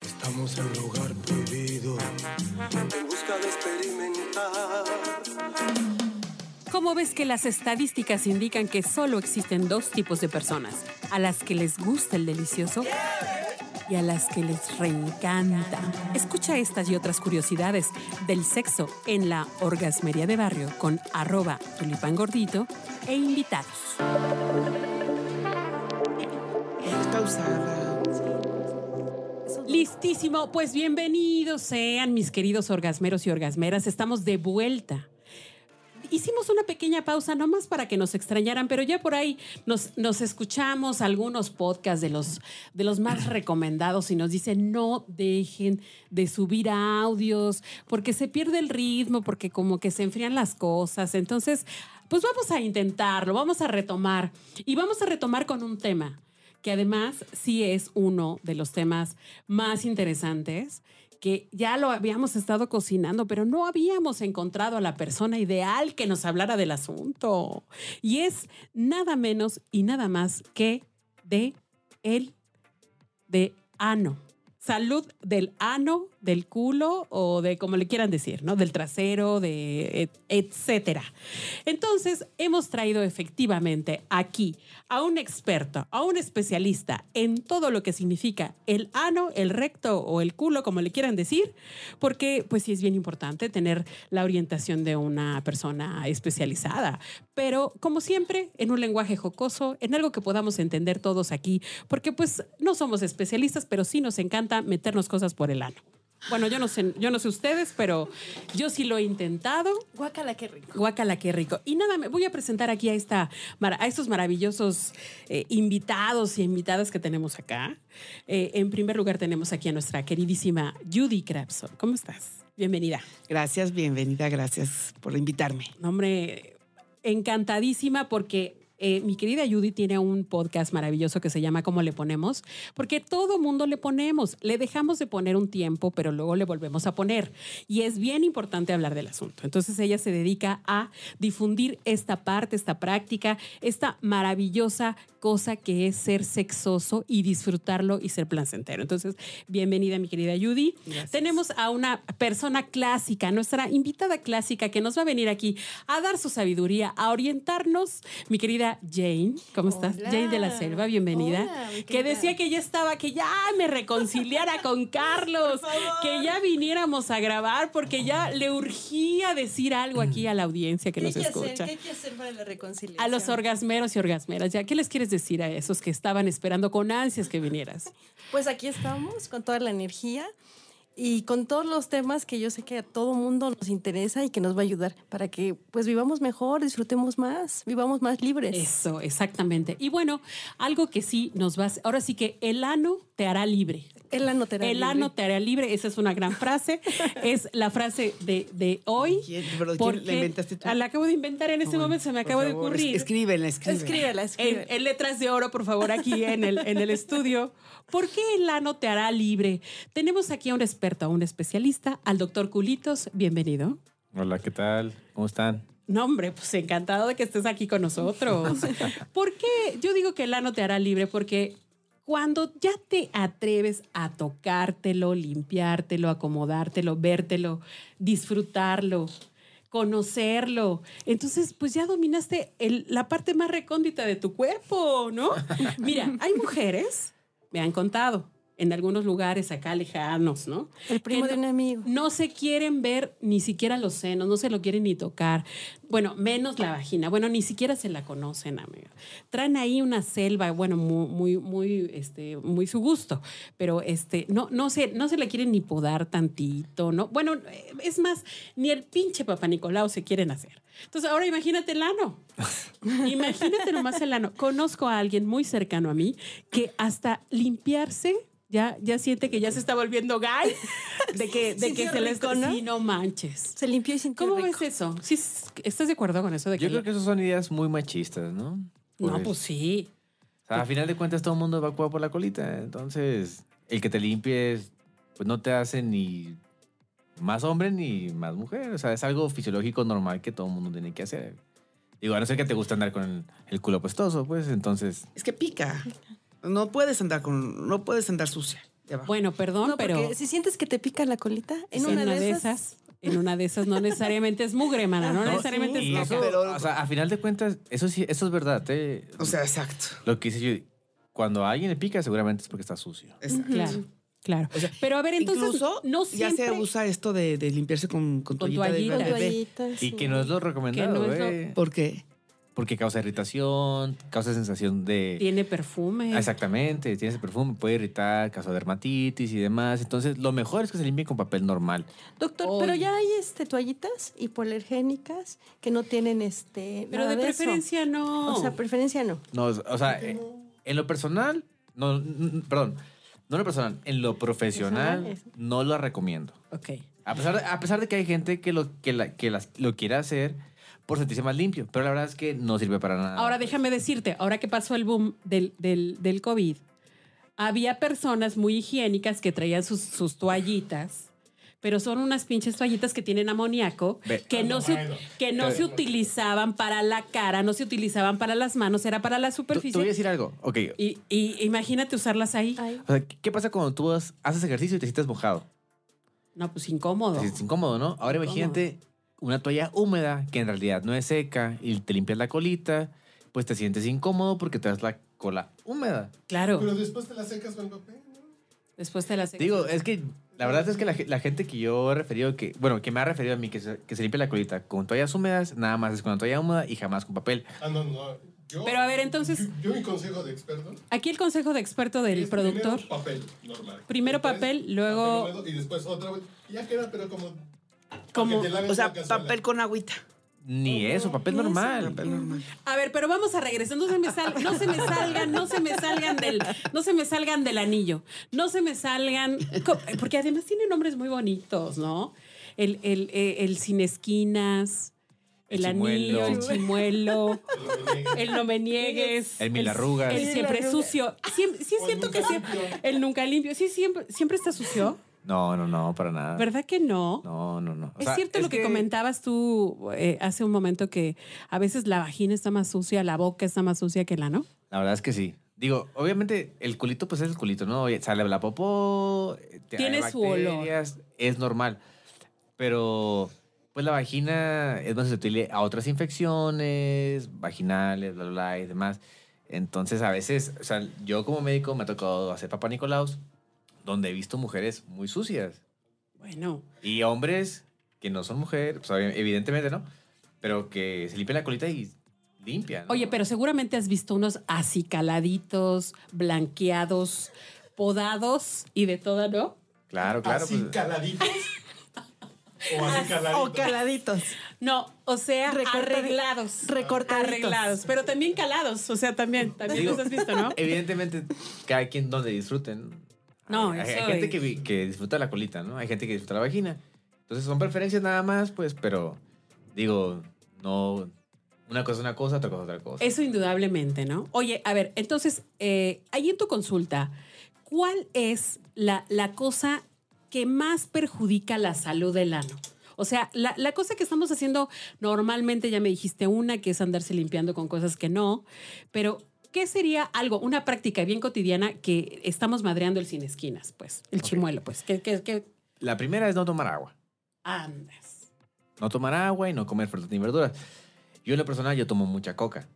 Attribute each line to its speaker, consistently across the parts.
Speaker 1: Estamos en un lugar prohibido. En busca de experimentar.
Speaker 2: ¿Cómo ves que las estadísticas indican que solo existen dos tipos de personas? A las que les gusta el delicioso y a las que les reencanta. Escucha estas y otras curiosidades del sexo en la Orgasmería de Barrio con arroba tulipangordito e invitados.
Speaker 3: Está usada.
Speaker 2: Listísimo, pues bienvenidos sean mis queridos orgasmeros y orgasmeras, estamos de vuelta. Hicimos una pequeña pausa nomás para que nos extrañaran, pero ya por ahí nos, nos escuchamos algunos podcasts de los, de los más recomendados y nos dicen no dejen de subir audios porque se pierde el ritmo, porque como que se enfrían las cosas. Entonces, pues vamos a intentarlo, vamos a retomar y vamos a retomar con un tema que además sí es uno de los temas más interesantes que ya lo habíamos estado cocinando, pero no habíamos encontrado a la persona ideal que nos hablara del asunto. Y es nada menos y nada más que de el de ano. Salud del ano, del culo o de como le quieran decir, ¿no? Del trasero, de et- etcétera. Entonces, hemos traído efectivamente aquí a un experto, a un especialista en todo lo que significa el ano, el recto o el culo, como le quieran decir, porque pues sí es bien importante tener la orientación de una persona especializada, pero como siempre, en un lenguaje jocoso, en algo que podamos entender todos aquí, porque pues no somos especialistas, pero sí nos encanta meternos cosas por el ano. Bueno, yo no sé, yo no sé ustedes, pero yo sí lo he intentado
Speaker 4: Guácala, qué rico.
Speaker 2: Guacala, qué rico. Y nada, me voy a presentar aquí a, esta, mara- a estos maravillosos eh, invitados y invitadas que tenemos acá. Eh, en primer lugar, tenemos aquí a nuestra queridísima Judy Crabson. ¿Cómo estás? Bienvenida.
Speaker 3: Gracias, bienvenida, gracias por invitarme.
Speaker 2: No, hombre, encantadísima porque eh, mi querida Judy tiene un podcast maravilloso que se llama ¿Cómo le ponemos? Porque todo mundo le ponemos, le dejamos de poner un tiempo, pero luego le volvemos a poner. Y es bien importante hablar del asunto. Entonces ella se dedica a difundir esta parte, esta práctica, esta maravillosa cosa que es ser sexoso y disfrutarlo y ser placentero. Entonces, bienvenida mi querida Judy.
Speaker 3: Gracias.
Speaker 2: Tenemos a una persona clásica, nuestra invitada clásica que nos va a venir aquí a dar su sabiduría, a orientarnos. Mi querida Jane, ¿cómo estás?
Speaker 4: Hola.
Speaker 2: Jane de la Selva, bienvenida.
Speaker 4: Hola, mi
Speaker 2: que
Speaker 4: querida.
Speaker 2: decía que ya estaba, que ya me reconciliara con Carlos, que ya viniéramos a grabar porque ya le urgía decir algo aquí a la audiencia que
Speaker 4: ¿Qué
Speaker 2: nos
Speaker 4: hay que
Speaker 2: escucha.
Speaker 4: hacer? ¿Qué hay que hacer para la reconciliación?
Speaker 2: A los orgasmeros y orgasmeras, ya, ¿qué les quieres decir a esos que estaban esperando con ansias que vinieras?
Speaker 4: Pues aquí estamos con toda la energía y con todos los temas que yo sé que a todo mundo nos interesa y que nos va a ayudar para que pues vivamos mejor, disfrutemos más, vivamos más libres.
Speaker 2: Eso, exactamente. Y bueno, algo que sí nos vas, ahora sí que el ano te hará libre.
Speaker 4: El ano te hará
Speaker 2: El
Speaker 4: libre.
Speaker 2: ano te hará libre, esa es una gran frase, es la frase de, de hoy.
Speaker 3: ¿Quién- pero quién
Speaker 2: porque Ah,
Speaker 3: la inventaste tú?
Speaker 2: La acabo de inventar en este
Speaker 3: Bueno,
Speaker 2: momento, se me
Speaker 3: por
Speaker 2: acaba de
Speaker 3: favor,
Speaker 2: ocurrir.
Speaker 3: es- Escríbela, escríbela.
Speaker 4: Escríbela,
Speaker 2: En,
Speaker 4: escríbela.
Speaker 2: en letras de oro, por favor, aquí en el, en el estudio. ¿Por qué el ano te hará libre? Tenemos aquí a un experto, a un especialista, al doctor Culitos. Bienvenido.
Speaker 5: Hola, ¿qué tal? ¿Cómo están?
Speaker 2: No, hombre, pues encantado de que estés aquí con nosotros. ¿Por qué? Yo digo que el ano te hará libre porque cuando ya te atreves a tocártelo, limpiártelo, acomodártelo, vértelo, disfrutarlo, conocerlo, entonces pues ya dominaste el- la parte más recóndita de tu cuerpo, ¿no? Mira, hay mujeres, me han contado, en algunos lugares acá lejanos, ¿no?
Speaker 4: El primo
Speaker 2: que
Speaker 4: de un amigo.
Speaker 2: no se quieren ver ni siquiera los senos, no se lo quieren ni tocar. Bueno, menos la vagina. Bueno, ni siquiera se la conocen, amiga. Traen ahí una selva, bueno, muy, muy, muy, este, muy su gusto, pero este, no, no se, no se la quieren ni podar tantito, ¿no? Bueno, eh, es más, ni el pinche papá Nicolau se quieren hacer. Entonces, ahora imagínate el ano. Imagínate nomás el ano. Conozco a alguien muy cercano a mí que hasta limpiarse ya, ya siente que ya se está volviendo gay, de que, de que
Speaker 4: Sintió
Speaker 2: se les
Speaker 4: rico, ¿no?
Speaker 2: Sí, no manches.
Speaker 4: Se limpió y sintió
Speaker 2: ¿Cómo
Speaker 4: rico.
Speaker 2: ves eso? ¿Sí, s- ¿Estás de acuerdo con eso? De que
Speaker 5: Yo creo que esas son ideas muy machistas, ¿no?
Speaker 2: No, pues sí.
Speaker 5: O sea, a final de cuentas todo el mundo evacúa por la colita. Entonces, el que te limpies, pues no te hace ni más hombre ni más mujer. O sea, es algo fisiológico normal que todo el mundo tiene que hacer. Digo, a no ser que te gusta andar con el, el culo apestoso, pues entonces...
Speaker 3: Es que pica. No puedes andar con, no puedes andar sucia. de
Speaker 5: Ah.
Speaker 3: abajo.
Speaker 2: Bueno, perdón,
Speaker 4: No, porque
Speaker 2: pero
Speaker 4: si sientes que te pica la colita, en una, de esas.
Speaker 2: en una de esas no necesariamente es mugre, mana, no,
Speaker 5: No,
Speaker 2: necesariamente
Speaker 5: y
Speaker 2: es
Speaker 5: eso,
Speaker 2: caca.
Speaker 3: pero-
Speaker 5: o sea, a final de cuentas, eso sí, eso es verdad. eh.
Speaker 3: o sea, exacto.
Speaker 5: lo que dice Judy, cuando a alguien le pica, seguramente es porque está sucio.
Speaker 3: exacto.
Speaker 2: Claro, claro.
Speaker 3: O sea,
Speaker 2: Pero a ver, entonces
Speaker 3: Incluso
Speaker 2: no
Speaker 3: ya
Speaker 2: siempre
Speaker 3: se usa esto de, de limpiarse con, con,
Speaker 2: Con
Speaker 3: toallita,
Speaker 2: toallita.
Speaker 3: de
Speaker 4: Con
Speaker 3: bebé.
Speaker 4: toallitas,
Speaker 5: Y
Speaker 4: sí.
Speaker 5: que no es lo recomendado,
Speaker 2: es lo-
Speaker 5: eh,
Speaker 3: Porque
Speaker 5: porque causa irritación, causa sensación de...
Speaker 2: tiene perfume.
Speaker 5: Exactamente, tiene ese perfume, puede irritar, causa dermatitis y demás. Entonces, lo mejor es que se limpie con papel normal.
Speaker 4: Doctor,
Speaker 2: Oye.
Speaker 4: pero ya hay este toallitas hipoalergénicas que no tienen este.
Speaker 2: Pero
Speaker 4: nada
Speaker 2: de
Speaker 4: eso.
Speaker 2: preferencia no.
Speaker 5: Oh.
Speaker 4: O sea, preferencia no.
Speaker 5: No, o sea, eh, en lo personal, no, n- n- perdón, no en lo personal, en lo profesional,
Speaker 4: Profesional,
Speaker 5: no lo recomiendo.
Speaker 2: ok.
Speaker 5: A pesar, de, a pesar de que hay gente que, lo, que, la- que las, lo quiere hacer por sentirse más limpio, pero la verdad es que no sirve para nada.
Speaker 2: Ahora déjame decirte, ahora que pasó el boom del, del, del COVID, había personas muy higiénicas que traían sus, sus toallitas, pero son unas pinches toallitas que tienen amoníaco,
Speaker 5: Ve-
Speaker 2: que no, se, que no
Speaker 5: Ve-
Speaker 2: se utilizaban para la cara, no se utilizaban para las manos, era para la
Speaker 5: Tú- Te voy a
Speaker 2: superficie.
Speaker 5: decir algo. Ok.
Speaker 2: Y, y imagínate usarlas ahí.
Speaker 4: Ay,
Speaker 5: O sea, ¿qué qué pasa cuando tú vas- haces ejercicio y te sientes mojado?
Speaker 2: No, pues incómodo.
Speaker 5: Te sientes incómodo, ¿no? Ahora
Speaker 2: Incómodo.
Speaker 5: imagínate una toalla húmeda que en realidad no es seca y te limpias la colita, pues te sientes incómodo porque te das la cola húmeda.
Speaker 2: Claro.
Speaker 6: Pero después te la secas con papel, ¿no?
Speaker 2: Después te las
Speaker 5: Digo, es que la verdad es que la, ge- la gente que yo he referido, que, bueno, que me ha referido a mí que se, que se limpia la colita con toallas húmedas, nada más es con una toalla húmeda y jamás con papel.
Speaker 6: Ah, no, no. Yo,
Speaker 2: Pero a ver, entonces-
Speaker 6: Yo, yo mi consejo de experto.
Speaker 2: Aquí el consejo de experto del
Speaker 6: es
Speaker 2: productor.
Speaker 6: Primero papel, normal.
Speaker 2: Primero
Speaker 6: Después,
Speaker 2: papel, luego-
Speaker 6: papel húmedo y después otra vez. Y Ya queda, pero como.
Speaker 3: como,
Speaker 6: que te laves
Speaker 3: o sea,
Speaker 6: la cazuela.
Speaker 3: papel con agüita.
Speaker 5: Ni eso, papel
Speaker 4: ni eso,
Speaker 5: normal.
Speaker 3: Papel normal.
Speaker 2: A ver, pero vamos a regresar. No se me, sal- no se me salgan, no se me salgan del, no se me salgan del anillo. No se me salgan. co- Porque además tiene nombres muy bonitos, ¿no? El, el, el, el sin esquinas, el,
Speaker 5: El
Speaker 2: anillo,
Speaker 5: chimuelo.
Speaker 2: el chimuelo,
Speaker 6: El-
Speaker 2: el no me niegues.
Speaker 5: El mil arrugas.
Speaker 2: El,
Speaker 4: El
Speaker 2: siempre
Speaker 4: mil arrugas.
Speaker 2: sucio. Siem- sí es
Speaker 6: O el
Speaker 2: cierto que
Speaker 6: nunca
Speaker 2: siempre.
Speaker 6: limpio.
Speaker 2: El nunca limpio. Sí, siempre, siempre está sucio.
Speaker 5: No, no, no, para nada.
Speaker 2: ¿Verdad que no?
Speaker 5: Ah. No, no, no. O
Speaker 2: Es
Speaker 5: sea,
Speaker 2: cierto lo que, comentabas tú eh, hace un momento que a veces la vagina está más sucia, la boca está más sucia que la, ¿no?
Speaker 5: La verdad es que sí. Digo, obviamente el culito pues es el culito, ¿no? Oye, sale la popó, eh, te-
Speaker 2: Tiene
Speaker 5: hay
Speaker 2: su olor.
Speaker 5: bacterias, Es normal. Pero pues la vagina es más susceptible a otras infecciones, vaginales, bla, bla, bla y demás. Entonces a veces, o sea, yo como médico me ha tocado hacer papá Nicolaus, donde he visto mujeres muy sucias
Speaker 2: Bueno,
Speaker 5: y hombres que no son mujeres, pues, obvi- evidentemente, ¿no? Pero que se limpia la colita y limpia. ¿no?
Speaker 2: oye, pero seguramente has visto unos acicaladitos, blanqueados, podados y de todo, ¿no? ah,
Speaker 5: Claro, claro.
Speaker 6: Así
Speaker 5: pues-
Speaker 6: caladitos. o así caladitos.
Speaker 3: O caladitos.
Speaker 2: No, o sea,
Speaker 4: Recortadi-
Speaker 2: arreglados.
Speaker 4: recortaditos.
Speaker 2: Arreglados, pero también calados, o sea, también, también
Speaker 5: Digo-
Speaker 2: los has visto, ¿no?
Speaker 5: Evidentemente, cada quien donde disfruten.
Speaker 2: No,
Speaker 5: hay, hay
Speaker 2: eso
Speaker 5: gente
Speaker 2: es.
Speaker 5: que, vi- que disfruta la colita, ¿no? Hay gente que disfruta la vagina. Entonces son preferencias nada más, pues, pero digo, no. Una cosa es una cosa, otra cosa es otra cosa.
Speaker 2: Eso indudablemente, ¿no? Oye, a ver, entonces, eh, ahí en tu consulta, ¿cuál es la, la cosa que más perjudica la salud del ano? O sea, la, la cosa que estamos haciendo normalmente, ya me dijiste una, que es andarse limpiando con cosas que no, pero ¿qué sería algo, una práctica bien cotidiana que estamos madreando el sin esquinas, pues, el chimuelo, pues, que, que, que
Speaker 5: La primera es no tomar agua.
Speaker 2: andas?
Speaker 5: No tomar agua y no comer frutas ni verduras. Yo en lo personal, yo tomo mucha coca.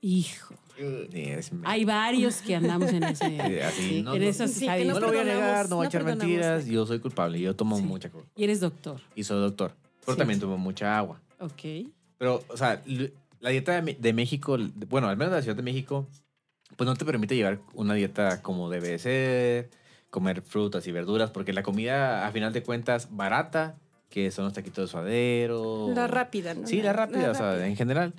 Speaker 2: Hijo,
Speaker 5: Y es-
Speaker 2: hay varios que andamos en ese...
Speaker 5: Eh, así,
Speaker 2: sí,
Speaker 5: no,
Speaker 2: en
Speaker 5: no.
Speaker 2: esos
Speaker 4: Sí, que
Speaker 5: no
Speaker 2: estadios.
Speaker 5: lo voy a
Speaker 4: perdonamos,
Speaker 5: negar, no voy a
Speaker 4: no
Speaker 5: echar
Speaker 4: perdonamos.
Speaker 5: mentiras. Yo soy culpable. Yo tomo
Speaker 2: ¿eh? Sí.
Speaker 5: mucha coca.
Speaker 2: Y eres doctor,
Speaker 5: Y soy doctor. Pero
Speaker 2: Sí.
Speaker 5: también tomo mucha agua.
Speaker 2: ok.
Speaker 5: Pero, o sea, l- la dieta de Me- de México, l- bueno, al menos de la Ciudad de México, pues no te permite llevar una dieta como debe de ser, comer frutas y verduras, porque la comida, a final de cuentas, barata, que son los taquitos de suadero.
Speaker 4: La rápida, ¿no?
Speaker 5: Oh. Sí, la rápida, o sea, en general.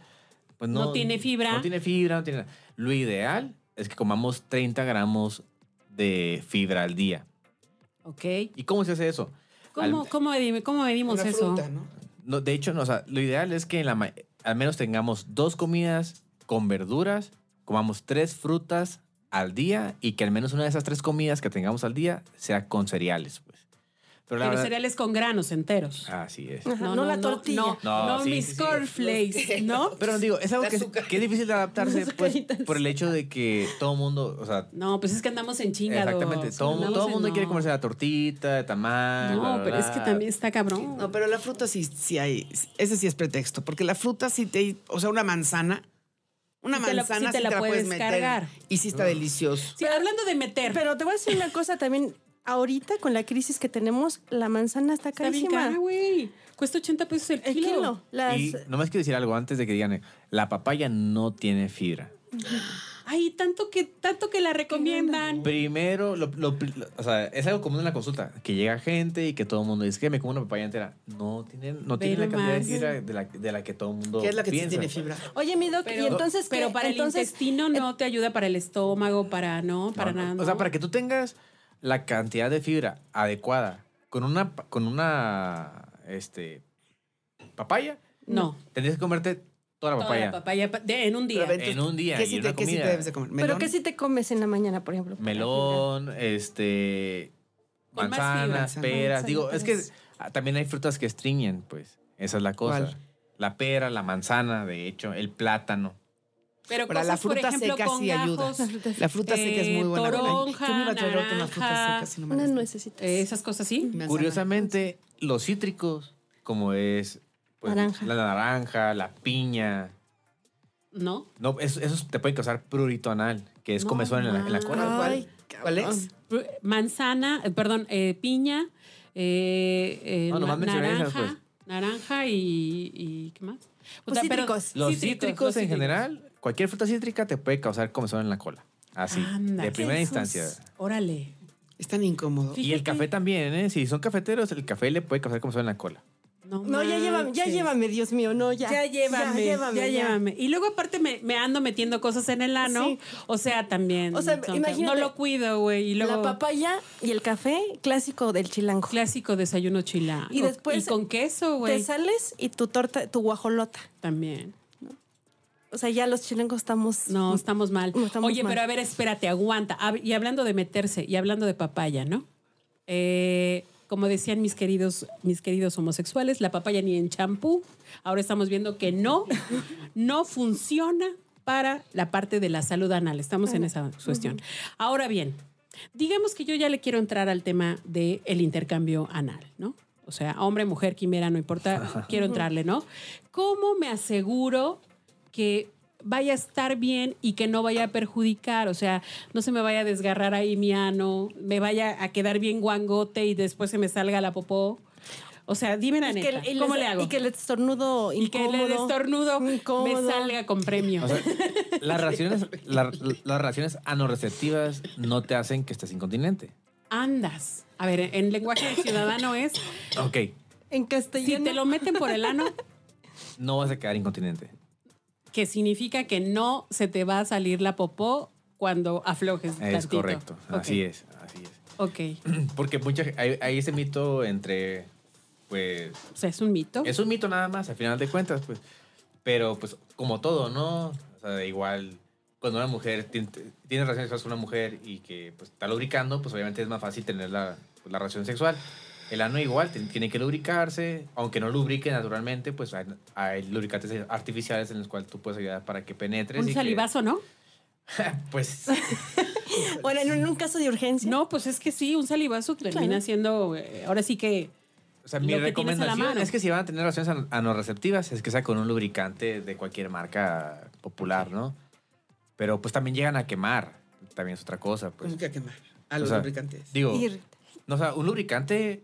Speaker 5: Pues no,
Speaker 2: No tiene fibra.
Speaker 5: No tiene fibra, no tiene nada. Lo ideal es que comamos 30 gramos de fibra al día.
Speaker 2: Ok.
Speaker 5: ¿Y cómo se hace eso?
Speaker 2: ¿Cómo,
Speaker 5: Al-
Speaker 2: cómo, medi- cómo medimos
Speaker 3: Una
Speaker 2: eso?
Speaker 3: fruta, ¿no?
Speaker 5: No, de hecho, no, o sea, lo ideal es que en la ma- al menos tengamos dos comidas con verduras, comamos tres frutas al día y que al menos una de esas tres comidas que tengamos al día sea con cereales, pues. Pero la
Speaker 2: Pero
Speaker 5: verdad-
Speaker 2: cereales con granos enteros.
Speaker 5: Así es.
Speaker 4: Ajá, no, la tortilla.
Speaker 2: No,
Speaker 5: No,
Speaker 2: no,
Speaker 5: sí,
Speaker 2: mis
Speaker 5: sí, sí.
Speaker 2: cornflakes, ¿no?
Speaker 5: Pero digo, es algo
Speaker 7: Las
Speaker 5: que,
Speaker 7: azucaritas.
Speaker 5: que es difícil de adaptarse
Speaker 4: Las
Speaker 5: pues,
Speaker 4: azucaritas.
Speaker 5: por el hecho de que todo mundo, o sea,
Speaker 2: No, pues es que andamos en chinga.
Speaker 5: exactamente, todo, todo mundo quiere comerse la tortita, el tamal. bla,
Speaker 2: pues, No,
Speaker 5: bla,
Speaker 2: pero es que
Speaker 5: bla.
Speaker 2: también está cabrón.
Speaker 3: No, pero la fruta sí, sí hay. Ese sí es pretexto. Porque la fruta sí te. O sea, una manzana. Una
Speaker 2: Sí te la-
Speaker 3: manzana
Speaker 2: sí te
Speaker 3: sí
Speaker 2: la
Speaker 3: te la puedes
Speaker 2: puedes
Speaker 3: meter.
Speaker 2: cargar.
Speaker 3: Y sí
Speaker 5: Ah.
Speaker 3: está delicioso.
Speaker 2: Sí, hablando de meter.
Speaker 4: Pero te voy a decir una cosa también. Ahorita, con la crisis que tenemos, la manzana está
Speaker 2: está bien
Speaker 4: carísima.
Speaker 2: cara, güey. Cuesta 80 pesos el
Speaker 4: el
Speaker 2: kilo.
Speaker 4: kilo. Las-
Speaker 5: Y nomás quiero decir algo antes de que digan, eh, la papaya no tiene fibra.
Speaker 2: Ay, tanto que, tanto que la recomiendan.
Speaker 5: Primero, lo, lo- lo- o sea, es algo común en la consulta, que llega gente y que todo el mundo dice que me como una papaya entera. No tiene, no tiene
Speaker 2: Pero
Speaker 5: la cantidad de
Speaker 2: más.
Speaker 5: fibra de la, de la que todo el mundo
Speaker 3: ¿Qué es la que sí
Speaker 5: piensa.
Speaker 3: tiene fibra?
Speaker 4: Oye, mi doc,
Speaker 2: Pero,
Speaker 4: y entonces qué?
Speaker 2: pero para el
Speaker 4: entonces, eh,
Speaker 2: intestino no te ayuda para el estómago, para no, para
Speaker 5: No,
Speaker 2: nada.
Speaker 5: O sea,
Speaker 2: ¿no?
Speaker 5: para que tú tengas la cantidad de fibra adecuada con una, pa- con una este, papaya,
Speaker 2: No.
Speaker 5: tendrías que comerte toda la
Speaker 2: Toda
Speaker 5: papaya
Speaker 2: la papaya pa- de- en un día.
Speaker 3: Pero ven-
Speaker 5: en un día.
Speaker 3: ¿Qué
Speaker 5: y
Speaker 3: sí,
Speaker 5: en
Speaker 3: te,
Speaker 5: una
Speaker 3: qué sí te
Speaker 5: comida.
Speaker 3: debes de comer?
Speaker 4: ¿pero
Speaker 3: ¿Melón?
Speaker 4: qué si te comes en la mañana, por ejemplo?
Speaker 5: Melón, este,
Speaker 2: Con más
Speaker 5: manzanas,
Speaker 3: fibra.
Speaker 5: peras. Digo, es que
Speaker 4: Manzanitas.
Speaker 5: ah, también hay frutas que estriñen, pues. Esa es la cosa.
Speaker 3: ¿Cuál?
Speaker 5: La pera, la manzana, de hecho, el plátano.
Speaker 2: Pero
Speaker 3: Ahora,
Speaker 2: cosas,
Speaker 3: la fruta
Speaker 2: por ejemplo,
Speaker 3: seca
Speaker 2: con
Speaker 3: sí ayuda.
Speaker 2: gajos,
Speaker 3: La fruta seca es
Speaker 2: eh,
Speaker 3: muy buena.
Speaker 2: toronja,
Speaker 3: Yo me iba a traer ahorita unas
Speaker 2: naranja,
Speaker 3: frutas secas si no me
Speaker 4: Unas
Speaker 3: las-
Speaker 4: nuecesitas.
Speaker 2: eh, esas cosas sí.
Speaker 3: manzana.
Speaker 5: Curiosamente, los cítricos, como es pues,
Speaker 4: Naranja.
Speaker 5: la naranja, la piña,
Speaker 2: No.
Speaker 5: no, eso, esos te pueden causar prurito anal, que es
Speaker 2: No
Speaker 5: comezón en la, en la cola.
Speaker 3: ¿Cuál, cuál,
Speaker 4: Ay,
Speaker 3: ¿Cuál es?
Speaker 4: cabrón.
Speaker 2: Fru- Manzana, eh, perdón, eh, piña, eh, eh,
Speaker 5: No, Ah, nomás
Speaker 2: na-
Speaker 5: mencioné
Speaker 2: naranja,
Speaker 5: esas, pues.
Speaker 2: naranja y, y ¿qué más?
Speaker 4: Pues
Speaker 2: O sea, pero-
Speaker 4: cítricos.
Speaker 5: Los
Speaker 2: sí,
Speaker 5: cítricos
Speaker 2: los
Speaker 5: en
Speaker 2: cítricos.
Speaker 5: general, cualquier fruta cítrica te puede causar comezón en la cola. Así,
Speaker 2: Anda,
Speaker 5: de primera
Speaker 2: Jesús.
Speaker 5: instancia.
Speaker 2: Órale.
Speaker 3: Es tan incómodo.
Speaker 5: Y el
Speaker 2: Fíjate.
Speaker 5: café también, ¿eh? Si son cafeteros, el café le puede causar comezón en la cola.
Speaker 2: No,
Speaker 4: No, ya llévame, ya
Speaker 2: manches.
Speaker 4: llévame, Dios mío, no, ya.
Speaker 2: Ya llévame, ya llévame,
Speaker 4: ya.
Speaker 2: Y luego aparte me, me ando metiendo cosas en el ano,
Speaker 4: Sí.
Speaker 2: o sea, también.
Speaker 4: O sea,
Speaker 2: son-
Speaker 4: imagínate,
Speaker 2: no lo cuido, güey. Y luego
Speaker 4: La papaya y el café clásico del chilango.
Speaker 2: clásico desayuno chila.
Speaker 4: Y después-
Speaker 2: y con queso,
Speaker 4: Te
Speaker 2: güey.
Speaker 4: sales y tu torta, tu guajolota.
Speaker 2: También.
Speaker 4: O sea, ya los chilangos estamos.
Speaker 2: No, estamos mal.
Speaker 4: No, estamos
Speaker 2: Oye,
Speaker 4: mal.
Speaker 2: pero a ver, espérate, aguanta. Hab- Y hablando de meterse y hablando de papaya, ¿no? Eh, como decían mis queridos, mis queridos homosexuales, la papaya ni en champú. Ahora estamos viendo que no, no funciona para la parte de la salud anal. Estamos en esa cuestión. Ahora bien, digamos que yo ya le quiero entrar al tema del intercambio anal, ¿no? O sea, hombre, mujer, quimera, no importa, quiero entrarle, ¿no? ¿Cómo me aseguro que vaya a estar bien y que no vaya a perjudicar, o sea, no se me vaya a desgarrar ahí mi ano, me vaya a quedar bien guangote y después se me salga la popó. O sea, dime la
Speaker 4: Y que,
Speaker 2: neta,
Speaker 4: el-
Speaker 2: ¿cómo le hago?
Speaker 4: Y que el estornudo
Speaker 2: Y que
Speaker 4: incómodo.
Speaker 2: el estornudo
Speaker 4: incómodo.
Speaker 2: me salga con premio.
Speaker 5: O sea, las raciones, la- las raciones anorreceptivas no te hacen que estés incontinente.
Speaker 2: Andas. A ver, en lenguaje de ciudadano es,
Speaker 5: Ok,
Speaker 2: si
Speaker 4: En castellano.
Speaker 2: te lo meten por el ano,
Speaker 5: no vas a quedar incontinente.
Speaker 2: que significa que no se te va a salir la popó cuando aflojes.
Speaker 5: Es
Speaker 2: tantito.
Speaker 5: correcto,
Speaker 2: Ok,
Speaker 5: así es, así es.
Speaker 2: Ok,
Speaker 5: Porque mucha, hay, hay ese mito entre, pues,
Speaker 2: o sea, es un mito.
Speaker 5: es un mito nada más, al final de cuentas, pues. Pero, pues, como todo, ¿no? O sea, igual, cuando una mujer tiene, tiene relaciones sexuales con una mujer y que pues, está lubricando, pues obviamente es más fácil tener la, pues, la relación sexual. El ano igual, ten- tiene que lubricarse, aunque no lubrique naturalmente, pues hay, hay lubricantes artificiales en los cuales tú puedes ayudar para que penetres. y
Speaker 2: un
Speaker 5: que-
Speaker 2: salivazo, ¿no?
Speaker 5: pues,
Speaker 4: Bueno, en un, en un caso de urgencia.
Speaker 2: No, pues es que sí, un salivazo termina
Speaker 4: Claro.
Speaker 2: siendo. eh, ahora sí que.
Speaker 5: o sea,
Speaker 2: Lo
Speaker 5: mi
Speaker 2: que tienes a la
Speaker 5: recomendación
Speaker 2: mano.
Speaker 5: es que si van a tener relaciones an- anorreceptivas, es que sea con un lubricante de cualquier marca popular, ¿no? Pero pues también llegan a quemar, también es otra cosa, pues.
Speaker 3: ¿Cómo que a quemar? A
Speaker 5: O
Speaker 3: los
Speaker 5: sea,
Speaker 3: lubricantes.
Speaker 5: Digo,
Speaker 4: Ir-
Speaker 5: No, o sea, un lubricante,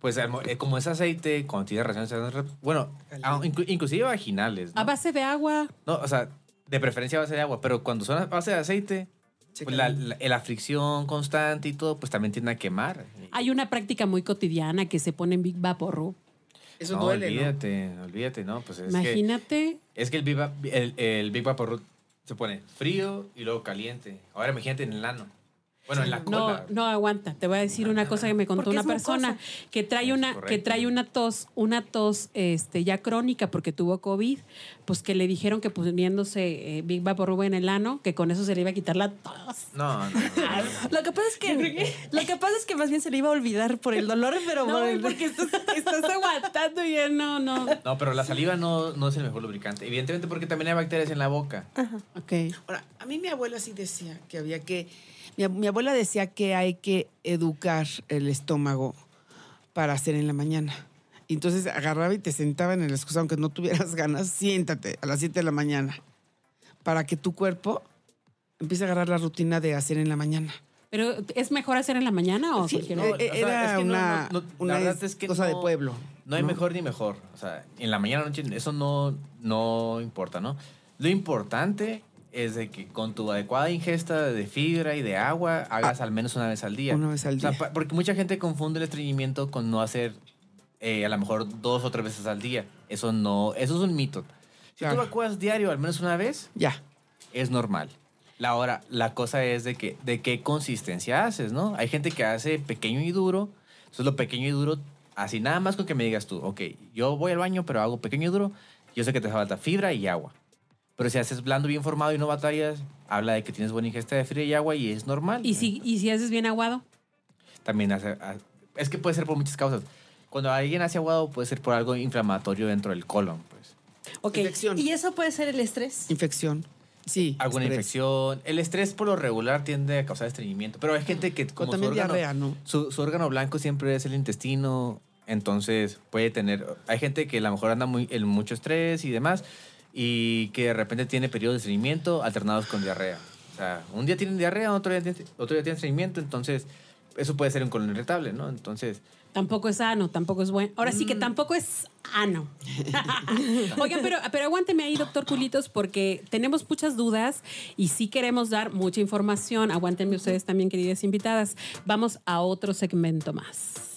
Speaker 5: pues al mo- eh, como es aceite, cuando tiene relaciones, anal- bueno, a- inclu- inclusive vaginales. ¿no?
Speaker 2: A base de agua.
Speaker 5: No, o sea, de preferencia a base de agua, pero cuando son a base de aceite,
Speaker 3: Se
Speaker 5: pues, la,
Speaker 3: queman.
Speaker 5: la- la fricción constante y todo, pues también tiende a quemar.
Speaker 2: Hay una práctica muy cotidiana que se pone en Big Vaporru.
Speaker 3: Eso
Speaker 5: no,
Speaker 3: duele, ¿no?
Speaker 5: olvídate, olvídate, ¿no? Pues es que,
Speaker 2: Imagínate.
Speaker 5: es que el, Big Va- el, el Big Vapor se pone frío y luego caliente. Ahora imagínate en el ano. Bueno, en la
Speaker 2: No,
Speaker 5: cola.
Speaker 2: no aguanta. Te voy a decir una cosa que me contó
Speaker 4: Porque
Speaker 2: una
Speaker 4: es mucosa.
Speaker 2: persona que trae una
Speaker 5: Correcto.
Speaker 2: que trae una tos, una tos este ya crónica porque tuvo COVID, pues que le dijeron que poniéndose eh, Big Bang Rubén en el ano, que con eso se le iba a quitar la tos.
Speaker 5: No, no, no, no, no.
Speaker 4: Lo que pasa es que, lo que pasa es que más bien se le iba a olvidar por el dolor, pero por
Speaker 2: No,
Speaker 4: el-
Speaker 2: porque estás, estás aguantando y ya no, no.
Speaker 5: No, pero la saliva no, no es el mejor lubricante. Evidentemente porque también hay bacterias en la boca.
Speaker 2: Ok.
Speaker 3: Ahora, a mí mi abuela sí decía que había que. Mi, ab- mi abuela decía que hay que educar el estómago para hacer en la mañana. Y entonces agarraba y te sentaba en el excusado, aunque no tuvieras ganas, siéntate a las 7 de la mañana para que tu cuerpo empiece a agarrar la rutina de hacer en la mañana.
Speaker 2: Pero ¿es mejor hacer en la mañana o
Speaker 3: Sí,
Speaker 2: cualquier
Speaker 3: eh,
Speaker 2: hora?
Speaker 3: eh,
Speaker 5: o sea,
Speaker 3: era
Speaker 5: es que no,
Speaker 3: una,
Speaker 5: no, no, la
Speaker 3: una
Speaker 5: verdad es que
Speaker 3: cosa de
Speaker 5: no-
Speaker 3: pueblo.
Speaker 5: No hay mejor ni mejor. O sea, en la mañana, noche, eso no, no importa, ¿no? Lo importante es de que con tu adecuada ingesta de fibra y de agua hagas al menos una vez al día.
Speaker 3: Ah, Una vez al
Speaker 5: O sea,
Speaker 3: día.
Speaker 5: pa- porque mucha gente confunde el estreñimiento con no hacer eh, a lo mejor dos o tres veces al día. Eso no, eso es un mito. Si
Speaker 3: Claro.
Speaker 5: tú acudas diario al menos una vez,
Speaker 3: Ya.
Speaker 5: es normal. La hora, la cosa es de que de qué consistencia haces, ¿no? Hay gente que hace pequeño y duro. Entonces lo pequeño y duro, así nada más con que me digas tú, ok, yo voy al baño, pero hago pequeño y duro, yo sé que te hace falta fibra y agua. Pero si haces blando, bien formado y no batallas, habla de que tienes buena ingesta de fibra y agua y es normal.
Speaker 2: ¿Y si, y si haces bien aguado,
Speaker 5: También hace, ha- es que puede ser por muchas causas. Cuando alguien hace aguado puede ser por algo inflamatorio dentro del colon, pues.
Speaker 2: ok.
Speaker 3: Infección.
Speaker 4: Y eso puede ser el estrés.
Speaker 3: Infección. Sí.
Speaker 5: alguna
Speaker 3: estrés.
Speaker 5: infección. El estrés por lo regular tiende a causar estreñimiento, pero hay gente que como su
Speaker 3: también
Speaker 5: órgano,
Speaker 3: diarrea, ¿no?
Speaker 5: su, su órgano blanco siempre es el intestino, entonces puede tener, hay gente que a lo mejor anda muy, en mucho estrés y demás, y que de repente tiene periodos de estreñimiento alternados con diarrea. O sea, un día tienen diarrea, otro día tienen, otro día tienen estreñimiento, entonces eso puede ser un colon irritable, ¿no? Entonces,
Speaker 2: Tampoco es sano, tampoco es bueno. Ahora sí que tampoco es sano. Oigan, pero, pero aguánteme ahí, doctor Culitos, porque tenemos muchas dudas y sí queremos dar mucha información. Aguántenme ustedes también, queridas invitadas. Vamos a otro segmento más.